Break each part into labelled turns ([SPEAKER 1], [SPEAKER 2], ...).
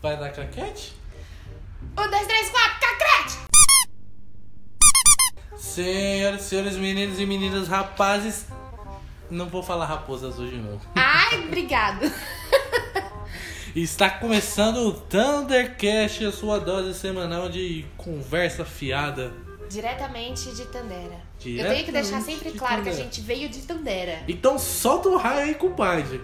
[SPEAKER 1] Vai dar claquete?
[SPEAKER 2] Um, dois, três, quatro, cacrete!
[SPEAKER 1] Senhoras e senhores, meninos e meninas, rapazes. Não vou falar raposas hoje, não.
[SPEAKER 2] Ai, obrigado.
[SPEAKER 1] Está começando o Thundercast, a sua dose semanal de conversa fiada.
[SPEAKER 2] Diretamente de Tandera. Eu tenho
[SPEAKER 1] Diretamente
[SPEAKER 2] que deixar sempre
[SPEAKER 1] de
[SPEAKER 2] claro que a
[SPEAKER 1] Tandera.
[SPEAKER 2] gente veio de Tandera.
[SPEAKER 1] Então solta o raio aí, compadre.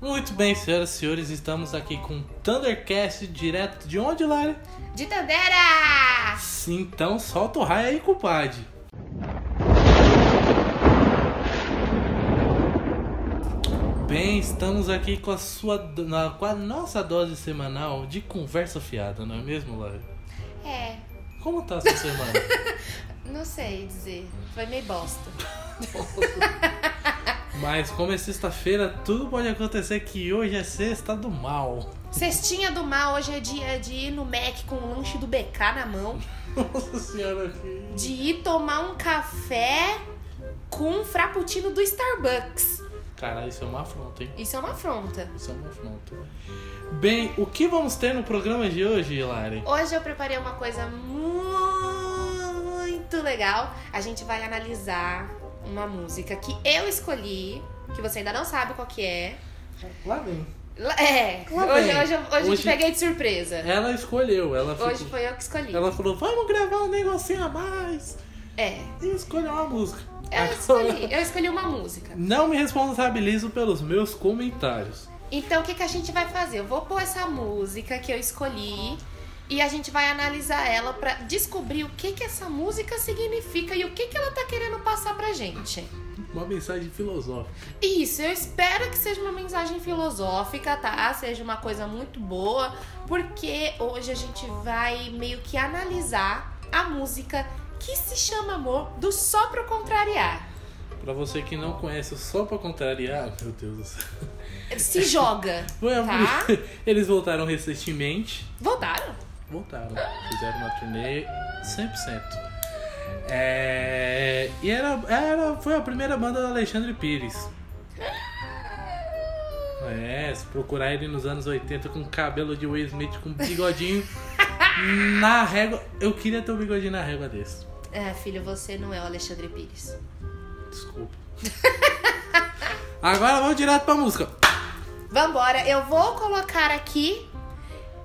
[SPEAKER 1] Muito bem, senhoras e senhores, estamos aqui com o Thundercast direto de onde, Lara?
[SPEAKER 2] De Tandera!
[SPEAKER 1] Sim, então solta o raio aí, compadre. Bem, estamos aqui com a sua do- na- com a nossa dose semanal de conversa fiada, não é mesmo, Lara?
[SPEAKER 2] É,
[SPEAKER 1] Como tá essa semana?
[SPEAKER 2] não sei dizer. Foi meio bosta.
[SPEAKER 1] Mas como é sexta-feira, tudo pode acontecer que hoje é sexta do mal.
[SPEAKER 2] Cestinha do mal, hoje é dia de ir no Mac com o lanche do BK na mão.
[SPEAKER 1] Nossa senhora, que...
[SPEAKER 2] De ir tomar um café com um frappuccino do Starbucks.
[SPEAKER 1] Caralho, isso é uma afronta, hein?
[SPEAKER 2] Isso é uma afronta.
[SPEAKER 1] Isso é uma afronta. Bem, o que vamos ter no programa de hoje, Lari?
[SPEAKER 2] Hoje eu preparei uma coisa muito legal. A gente vai analisar uma música que eu escolhi, que você ainda não sabe qual que é.
[SPEAKER 1] Lá vem.
[SPEAKER 2] L- É,
[SPEAKER 1] Lá
[SPEAKER 2] hoje,
[SPEAKER 1] vem.
[SPEAKER 2] hoje, eu- hoje eu te
[SPEAKER 1] Hoje-
[SPEAKER 2] peguei de surpresa.
[SPEAKER 1] Ela escolheu, ela ficou...
[SPEAKER 2] Hoje foi eu que escolhi.
[SPEAKER 1] Ela falou, vamos gravar um negocinho a mais
[SPEAKER 2] É,
[SPEAKER 1] e escolher uma música.
[SPEAKER 2] eu escolhi, eu escolhi uma música.
[SPEAKER 1] Não me responsabilizo pelos meus comentários.
[SPEAKER 2] Então o que, que a gente vai fazer? Eu vou pôr essa música que eu escolhi e a gente vai analisar ela pra descobrir o que, que essa música significa e o que, que ela tá querendo passar pra gente.
[SPEAKER 1] Uma mensagem filosófica.
[SPEAKER 2] Isso, eu espero que seja uma mensagem filosófica, tá? Seja uma coisa muito boa, porque hoje a gente vai meio que analisar a música que se chama Amor do Só Pra Contrariar.
[SPEAKER 1] Pra você que não conhece, o só pra contrariar, meu Deus do céu.
[SPEAKER 2] Se joga,
[SPEAKER 1] Foi a-
[SPEAKER 2] tá?
[SPEAKER 1] Eles voltaram recentemente.
[SPEAKER 2] Voltaram.
[SPEAKER 1] Voltaram. Fizeram uma turnê 100%. É... E era, era, foi a primeira banda do Alexandre Pires. É, se procurar ele nos anos 80 com cabelo de Will Smith, com bigodinho na régua. Eu queria ter um bigodinho na régua desse.
[SPEAKER 2] É, filho, você não é o Alexandre Pires.
[SPEAKER 1] Desculpa. Agora vamos direto pra música.
[SPEAKER 2] Vambora, eu vou colocar aqui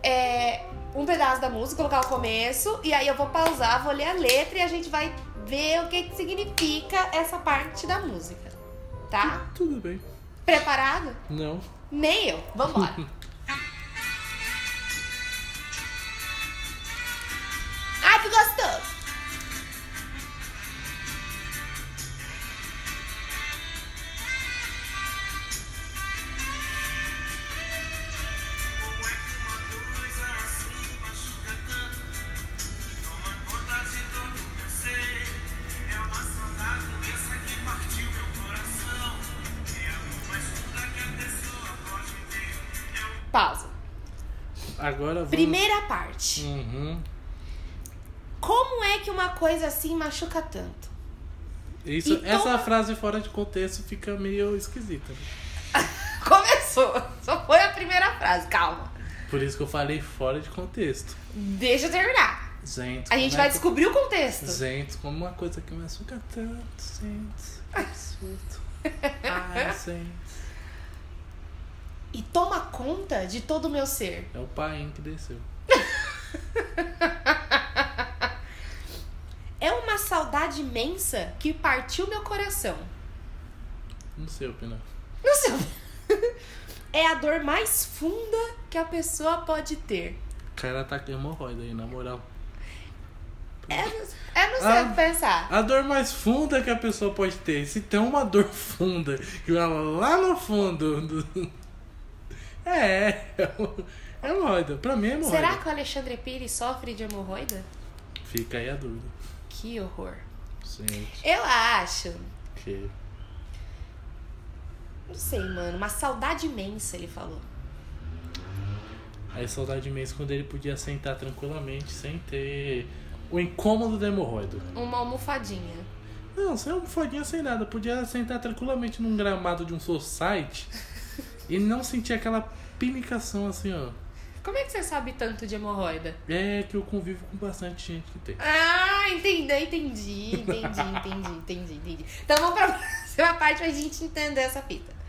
[SPEAKER 2] é, um pedaço da música, colocar o começo, e aí eu vou pausar, vou ler a letra e a gente vai ver o que, que significa essa parte da música. Tá?
[SPEAKER 1] Tudo bem.
[SPEAKER 2] Preparado?
[SPEAKER 1] Não.
[SPEAKER 2] Nem eu. Vambora. Ai, que gostoso! Pausa.
[SPEAKER 1] Agora vamos.
[SPEAKER 2] Primeira parte.
[SPEAKER 1] Uhum.
[SPEAKER 2] Como é que uma coisa assim machuca tanto?
[SPEAKER 1] Isso,
[SPEAKER 2] Então-
[SPEAKER 1] Essa frase fora de contexto fica meio esquisita.
[SPEAKER 2] Começou. Só foi a primeira frase. Calma.
[SPEAKER 1] Por isso que eu falei fora de contexto.
[SPEAKER 2] Deixa eu terminar.
[SPEAKER 1] Gente, é
[SPEAKER 2] A gente vai descobrir o contexto.
[SPEAKER 1] Gente, como uma coisa que me açúcar tanto, gente. que Absurdo. Ai, gente.
[SPEAKER 2] E toma conta de todo o meu ser.
[SPEAKER 1] É o pai que desceu.
[SPEAKER 2] É uma saudade imensa que partiu meu coração.
[SPEAKER 1] Não sei opinar.
[SPEAKER 2] Não sei. É a dor mais funda que a pessoa pode ter.
[SPEAKER 1] O cara tá com hemorroida aí, na moral.
[SPEAKER 2] É, não- é não sei o
[SPEAKER 1] Ah.
[SPEAKER 2] que pensar.
[SPEAKER 1] A dor mais funda que a pessoa pode ter. Se tem uma dor funda que vai lá no fundo. do- É, é um- é hemorroida. Pra mim é hemorroida.
[SPEAKER 2] Será que o Alexandre Pires sofre de hemorroida?
[SPEAKER 1] Fica aí a dúvida.
[SPEAKER 2] Que horror.
[SPEAKER 1] Gente,
[SPEAKER 2] Eu acho.
[SPEAKER 1] que.
[SPEAKER 2] Não sei, mano. Uma saudade imensa, ele falou.
[SPEAKER 1] Aí saudade imensa quando ele podia sentar tranquilamente sem ter o incômodo da hemorroida.
[SPEAKER 2] Uma almofadinha.
[SPEAKER 1] é Não, sem almofadinha, sem nada. Podia sentar tranquilamente num gramado de um society um e não sentir aquela pinicação assim, ó.
[SPEAKER 2] Como é que você sabe tanto de hemorroida?
[SPEAKER 1] É que eu convivo com bastante gente que tem.
[SPEAKER 2] Ah, entendi, entendi, entendi, entendi, entendi, entendi. Então vamos pra próxima parte pra gente entender essa fita.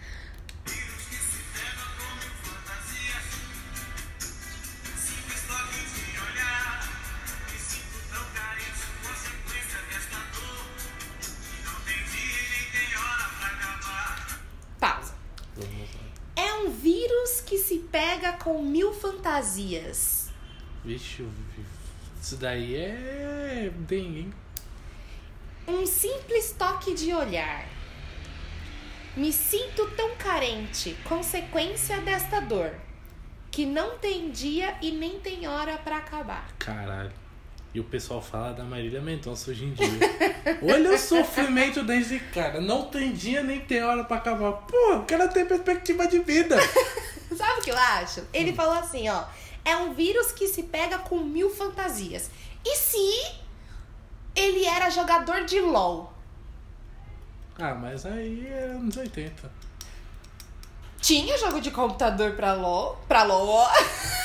[SPEAKER 2] Pausa.
[SPEAKER 1] Vamos lá.
[SPEAKER 2] É um vírus que se pega com mil fantasias.
[SPEAKER 1] Vixe, isso daí é dengue, hein?
[SPEAKER 2] Um simples toque de olhar. Me sinto tão carente, consequência desta dor, que não tem dia e nem tem hora pra acabar.
[SPEAKER 1] Caralho. E o pessoal fala da Marília Mendonça hoje em dia. Olha o sofrimento desse cara. Não tem dia nem tem hora pra acabar. Pô, o cara tem perspectiva de vida.
[SPEAKER 2] Sabe o que eu acho? Ele falou assim, ó. É um vírus que se pega com mil fantasias. E se ele era jogador de LOL?
[SPEAKER 1] Ah, mas aí é anos 80.
[SPEAKER 2] Tinha jogo de computador pra LOL? Pra LOL?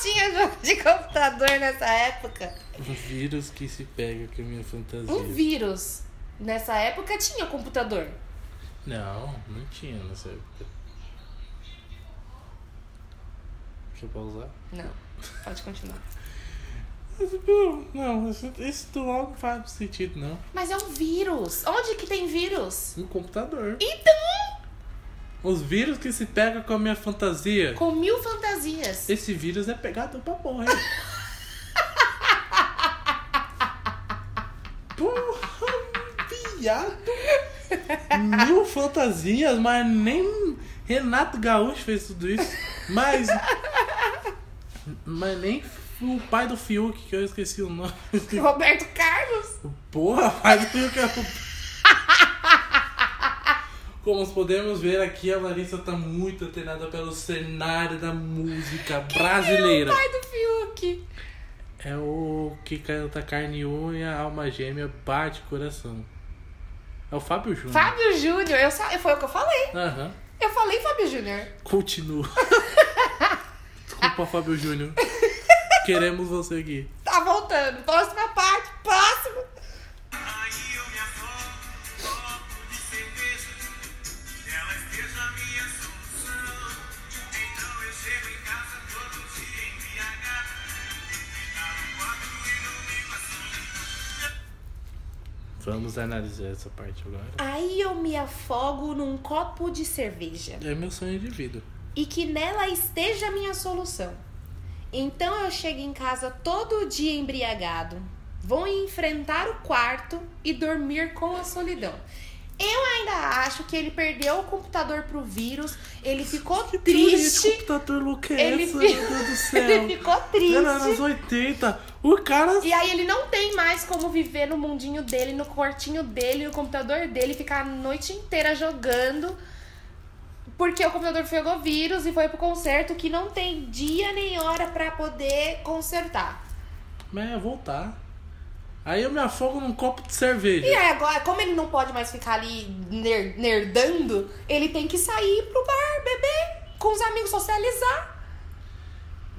[SPEAKER 2] Tinha jogo de computador nessa época?
[SPEAKER 1] Um vírus que se pega com a minha fantasia.
[SPEAKER 2] Um vírus. Nessa época tinha computador.
[SPEAKER 1] Não, não tinha nessa época. Deixa eu pausar.
[SPEAKER 2] Não, pode continuar.
[SPEAKER 1] Mas, pô, Não, isso, isso do LOL não faz sentido, não.
[SPEAKER 2] Mas é um vírus. Onde que tem vírus?
[SPEAKER 1] No computador.
[SPEAKER 2] Então,
[SPEAKER 1] Os vírus que se pega com a minha fantasia.
[SPEAKER 2] com mil fantasias.
[SPEAKER 1] Esse vírus é pegado pra porra, hein? porra, viado. Mil fantasias, mas nem Renato Gaúcho fez tudo isso. Mas. Mas nem o pai do Fiuk, que eu esqueci o nome.
[SPEAKER 2] Roberto Carlos?
[SPEAKER 1] Porra, pai do Fiuk é o. Como podemos ver aqui, a Larissa tá muito antenada pelo cenário da música brasileira.
[SPEAKER 2] É o pai do Fiuk.
[SPEAKER 1] É o que canta carne e unha, alma gêmea, bate coração. É o Fábio Júnior.
[SPEAKER 2] Fábio Júnior, eu sa... foi o que eu falei.
[SPEAKER 1] Aham.
[SPEAKER 2] Eu falei Fábio Júnior.
[SPEAKER 1] Continua. Desculpa, Fábio Júnior. Queremos você aqui.
[SPEAKER 2] Tá voltando. Próxima parte, próximo.
[SPEAKER 3] Aí eu me afogo, copo de cerveja, que ela esteja a minha solução. Então eu chego em casa todo dia embriagado, ficar no quarto e domingo assim.
[SPEAKER 1] Vamos analisar essa parte agora.
[SPEAKER 2] Aí eu me afogo num copo de cerveja.
[SPEAKER 1] É meu sonho de vida.
[SPEAKER 2] e que nela esteja a minha solução. Então eu chego em casa todo dia embriagado, vou enfrentar o quarto e dormir com a solidão. Eu ainda acho que ele perdeu o computador pro vírus, ele ficou
[SPEAKER 1] Que
[SPEAKER 2] triste.
[SPEAKER 1] computador louco é
[SPEAKER 2] Ele,
[SPEAKER 1] essa,
[SPEAKER 2] fi-
[SPEAKER 1] meu Deus do céu?
[SPEAKER 2] ele ficou
[SPEAKER 1] Era anos
[SPEAKER 2] triste.
[SPEAKER 1] 80. O cara.
[SPEAKER 2] E aí ele não tem mais como viver no mundinho dele, no quartinho dele, no computador dele, ficar a noite inteira jogando. Porque o computador pegou vírus e foi pro conserto que não tem dia nem hora pra poder consertar.
[SPEAKER 1] Mas é voltar. Aí eu me afogo num copo de cerveja.
[SPEAKER 2] E aí agora, como ele não pode mais ficar ali ner- nerdando, ele tem que sair pro bar, beber, com os amigos, socializar.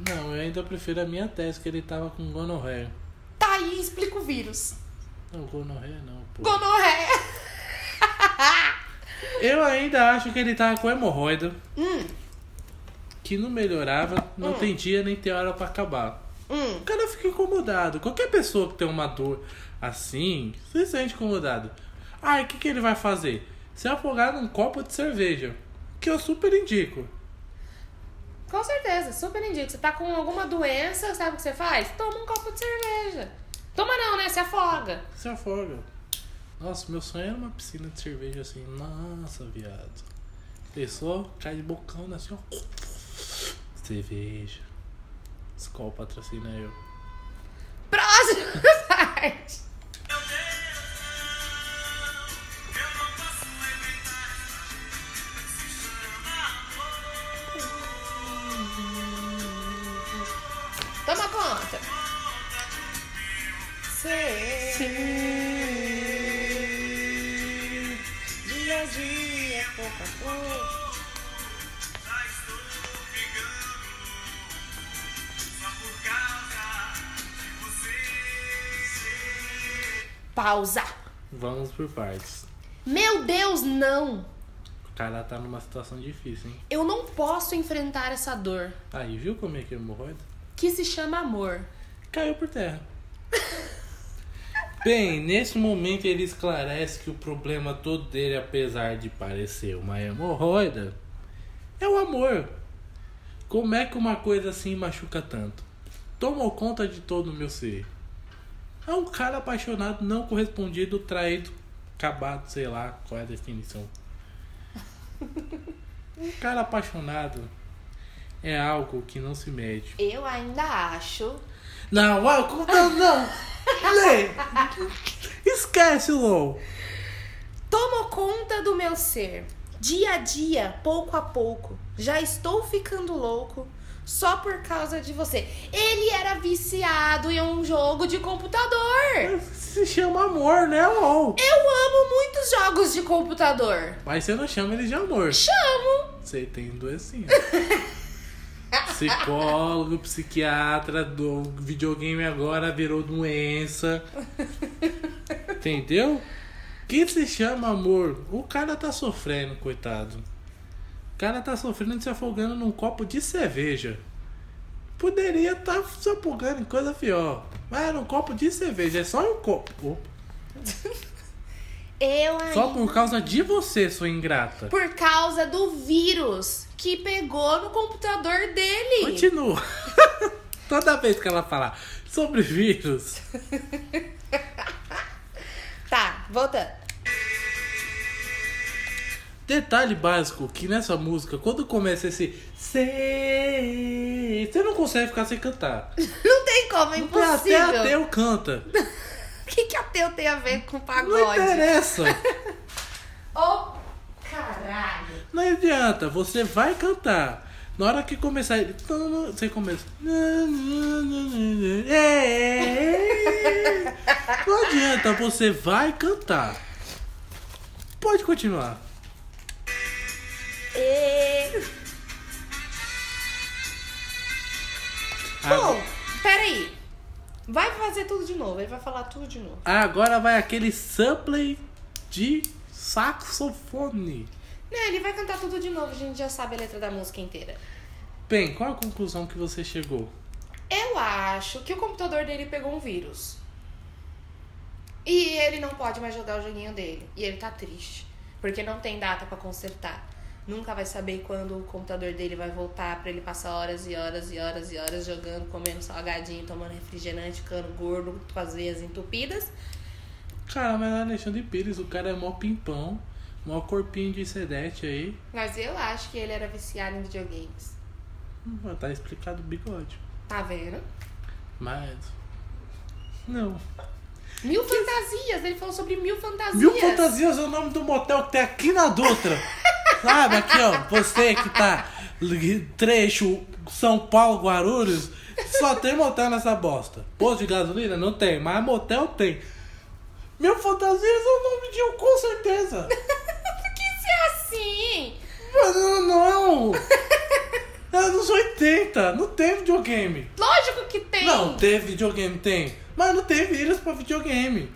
[SPEAKER 1] Não, eu ainda prefiro a minha tese, que ele tava com gonorreia.
[SPEAKER 2] Tá aí, explica o vírus.
[SPEAKER 1] Não, gonorreia não, pô.
[SPEAKER 2] Gonorreia.
[SPEAKER 1] Eu ainda acho que ele tava com hemorroida,
[SPEAKER 2] Hum,
[SPEAKER 1] que não melhorava, não tem dia nem tem hora pra acabar.
[SPEAKER 2] hum.
[SPEAKER 1] O cara fica incomodado. Qualquer pessoa que tem uma dor assim, se sente incomodado. Ai, o que, que ele vai fazer? Se afogar num copo de cerveja, que eu super indico.
[SPEAKER 2] Com certeza, super indico. Você tá com alguma doença, sabe o que você faz? Toma um copo de cerveja. Toma não, né? Se afoga.
[SPEAKER 1] Se afoga. Nossa, meu sonho era uma piscina de cerveja assim. Nossa, viado. Pessoa cai de bocão né, assim, ó. Cerveja. Skol patrocina eu.
[SPEAKER 2] Próxima parte.
[SPEAKER 3] Meu Deus, eu não posso aguentar, se chama amor.
[SPEAKER 2] Toma conta.
[SPEAKER 3] tá
[SPEAKER 2] Sei.
[SPEAKER 3] Dia a dia, pouco a pouco. Já
[SPEAKER 2] pausa.
[SPEAKER 1] Vamos por partes.
[SPEAKER 2] Meu Deus, não!
[SPEAKER 1] O cara tá numa situação difícil, hein?
[SPEAKER 2] Eu não posso enfrentar essa dor
[SPEAKER 1] Aí, viu como é que é hemorroida?
[SPEAKER 2] que se chama amor.
[SPEAKER 1] Caiu por terra. Bem, nesse momento ele esclarece que o problema todo dele, apesar de parecer uma hemorroida, é o amor. Como é que uma coisa assim machuca tanto? Tomou conta de todo o meu ser. É um cara apaixonado, não correspondido, traído, acabado, sei lá qual é a definição. um cara apaixonado é algo que não se mede.
[SPEAKER 2] Eu ainda acho.
[SPEAKER 1] Não, álcool não, não. é Lê. Esquece o LOL.
[SPEAKER 2] Tomo conta do meu ser. Dia a dia, pouco a pouco. Já estou ficando louco só por causa de você. Ele era viciado em um jogo de computador.
[SPEAKER 1] Se chama amor, né, LOL?
[SPEAKER 2] Eu amo muitos jogos de computador.
[SPEAKER 1] Mas você não chama ele de amor.
[SPEAKER 2] Chamo!
[SPEAKER 1] Você tem doencinha. Psicólogo, psiquiatra, do videogame agora virou doença. Entendeu? Que se chama amor? O cara tá sofrendo, coitado. O cara tá sofrendo e se afogando num copo de cerveja. Poderia estar tá se afogando em coisa pior. Mas era um copo de cerveja, é só um copo. Opa.
[SPEAKER 2] Eu ainda.
[SPEAKER 1] Só por causa de você, sua ingrata.
[SPEAKER 2] Por causa do vírus que pegou no computador dele.
[SPEAKER 1] Continua. Toda vez que ela falar sobre vírus,
[SPEAKER 2] Tá, voltando.
[SPEAKER 1] detalhe básico que nessa música, quando começa esse sei, você não consegue ficar sem cantar.
[SPEAKER 2] Não tem como,
[SPEAKER 1] Até
[SPEAKER 2] é impossível.
[SPEAKER 1] ateu canta.
[SPEAKER 2] O que, que ateu tem a ver com
[SPEAKER 1] Não
[SPEAKER 2] pagode?
[SPEAKER 1] interessa.
[SPEAKER 2] Ô, caralho.
[SPEAKER 1] Não adianta, você vai cantar. Na hora que começar, ele- você começa. É, Não adianta, você vai cantar. Pode continuar.
[SPEAKER 2] E... Bom,
[SPEAKER 1] Agora-
[SPEAKER 2] peraí. Vai fazer tudo de novo, ele vai falar tudo de novo.
[SPEAKER 1] Agora vai aquele sample de saxofone.
[SPEAKER 2] Não, ele vai cantar tudo de novo, a gente já sabe a letra da música inteira.
[SPEAKER 1] Bem, qual a conclusão que você chegou?
[SPEAKER 2] Eu acho que o computador dele pegou um vírus. E ele não pode mais jogar o joguinho dele. E ele tá triste. Porque não tem data pra consertar. Nunca vai saber quando o computador dele vai voltar pra ele passar horas e horas e horas e horas jogando, comendo salgadinho, tomando refrigerante, ficando gordo, com as veias entupidas.
[SPEAKER 1] Cara, mas Alexandre Pires, o cara é mó pimpão, mó corpinho de sedete aí.
[SPEAKER 2] Mas eu acho que ele era viciado em videogames.
[SPEAKER 1] Hum, Tá explicado o bigode.
[SPEAKER 2] Tá vendo?
[SPEAKER 1] Mas. Não.
[SPEAKER 2] Mil fantasias! Ele falou sobre mil fantasias.
[SPEAKER 1] Mil Fantasias é o nome do motel que tem aqui na Dutra. Sabe, aqui ó, você que tá li- trecho São Paulo, Guarulhos, só tem motel nessa bosta. Posto de gasolina? Não tem, mas motel tem. Mil Fantasias é o nome de um, com certeza.
[SPEAKER 2] Por que ser assim?
[SPEAKER 1] Mas não, não. É anos 80, não tem videogame.
[SPEAKER 2] Lógico que tem!
[SPEAKER 1] Não, teve videogame, tem. Mas não tem vírus pra videogame.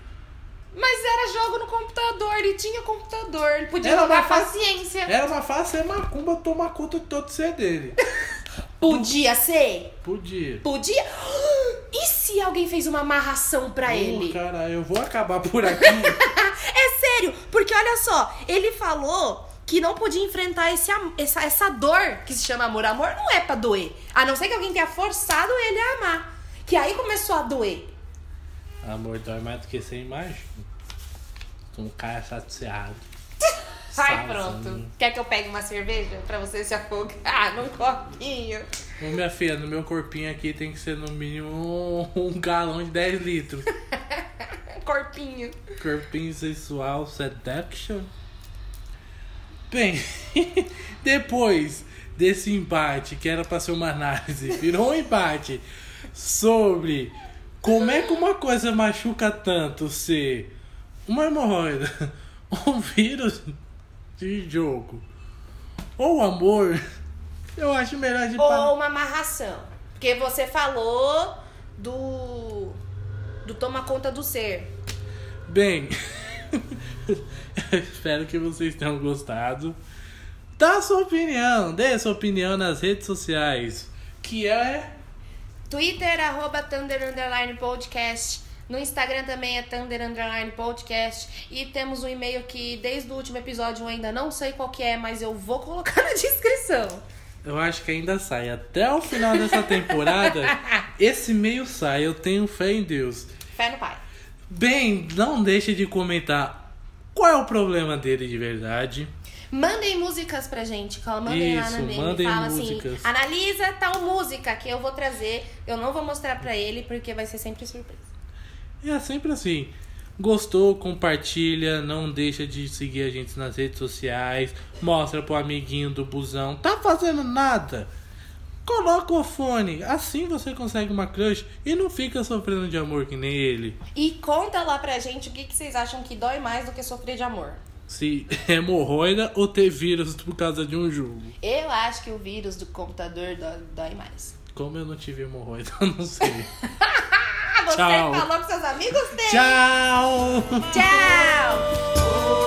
[SPEAKER 2] Mas era jogo no computador, ele tinha computador, ele podia
[SPEAKER 1] Era
[SPEAKER 2] jogar
[SPEAKER 1] uma fa-
[SPEAKER 2] paciência.
[SPEAKER 1] Era uma face macumba tomar conta de todo ser dele.
[SPEAKER 2] Podia ser?
[SPEAKER 1] Podia.
[SPEAKER 2] Podia? E se alguém fez uma amarração pra
[SPEAKER 1] Ô,
[SPEAKER 2] ele?
[SPEAKER 1] Cara, eu vou acabar por aqui.
[SPEAKER 2] É sério, porque olha só, ele falou que não podia enfrentar esse, am- essa, essa dor que se chama amor. Amor não é pra doer, a não ser que alguém tenha forçado ele a amar. Que aí começou a doer.
[SPEAKER 1] Amor, dói mais do que você imagina. Um cara chateado.
[SPEAKER 2] Ai,
[SPEAKER 1] Sozinho.
[SPEAKER 2] pronto. Quer que eu pegue uma cerveja pra você se afogar num copinho?
[SPEAKER 1] Ô, minha filha, no meu corpinho aqui tem que ser no mínimo um, um galão de 10 litros.
[SPEAKER 2] Um corpinho.
[SPEAKER 1] Corpinho sensual seduction. Bem, depois desse embate, que era pra ser uma análise, virou um embate sobre como é que uma coisa machuca tanto ser uma hemorroida, um vírus de jogo ou amor. Eu acho melhor a gente parar.
[SPEAKER 2] Ou uma amarração. Porque você falou do. do toma conta do ser.
[SPEAKER 1] Bem, espero que vocês tenham gostado. Dá sua opinião, dê sua opinião nas redes sociais, que é
[SPEAKER 2] Twitter, arroba Thunder Underline Podcast. No Instagram também é Thunder Underline Podcast. E temos um e-mail que desde o último episódio eu ainda não sei qual que é, mas eu vou colocar na descrição.
[SPEAKER 1] Eu acho que ainda sai. Até o final dessa temporada, esse meio sai. Eu tenho fé em Deus.
[SPEAKER 2] Fé no pai.
[SPEAKER 1] Bem, não deixe de comentar qual é o problema dele de verdade.
[SPEAKER 2] Mandem músicas pra gente, Cola, mandem lá
[SPEAKER 1] Isso,
[SPEAKER 2] no meme.
[SPEAKER 1] mandem
[SPEAKER 2] fala
[SPEAKER 1] músicas.
[SPEAKER 2] assim, analisa tal música que eu vou trazer. Eu não vou mostrar pra ele, porque vai ser sempre surpresa.
[SPEAKER 1] E É sempre assim. Gostou, compartilha, não deixa de seguir a gente nas redes sociais, mostra pro amiguinho do busão, tá fazendo nada. Coloca o fone, assim você consegue uma crush e não fica sofrendo de amor que nem ele.
[SPEAKER 2] E conta lá pra gente o que, que vocês acham que dói mais do que sofrer de amor.
[SPEAKER 1] Se é hemorroida ou ter vírus por causa de um jogo.
[SPEAKER 2] Eu acho que o vírus do computador dó- dói mais.
[SPEAKER 1] Como eu não tive hemorroida, eu não sei.
[SPEAKER 2] Ah, você
[SPEAKER 1] Tchau.
[SPEAKER 2] falou com seus amigos dele.
[SPEAKER 1] Tchau!
[SPEAKER 2] Tchau.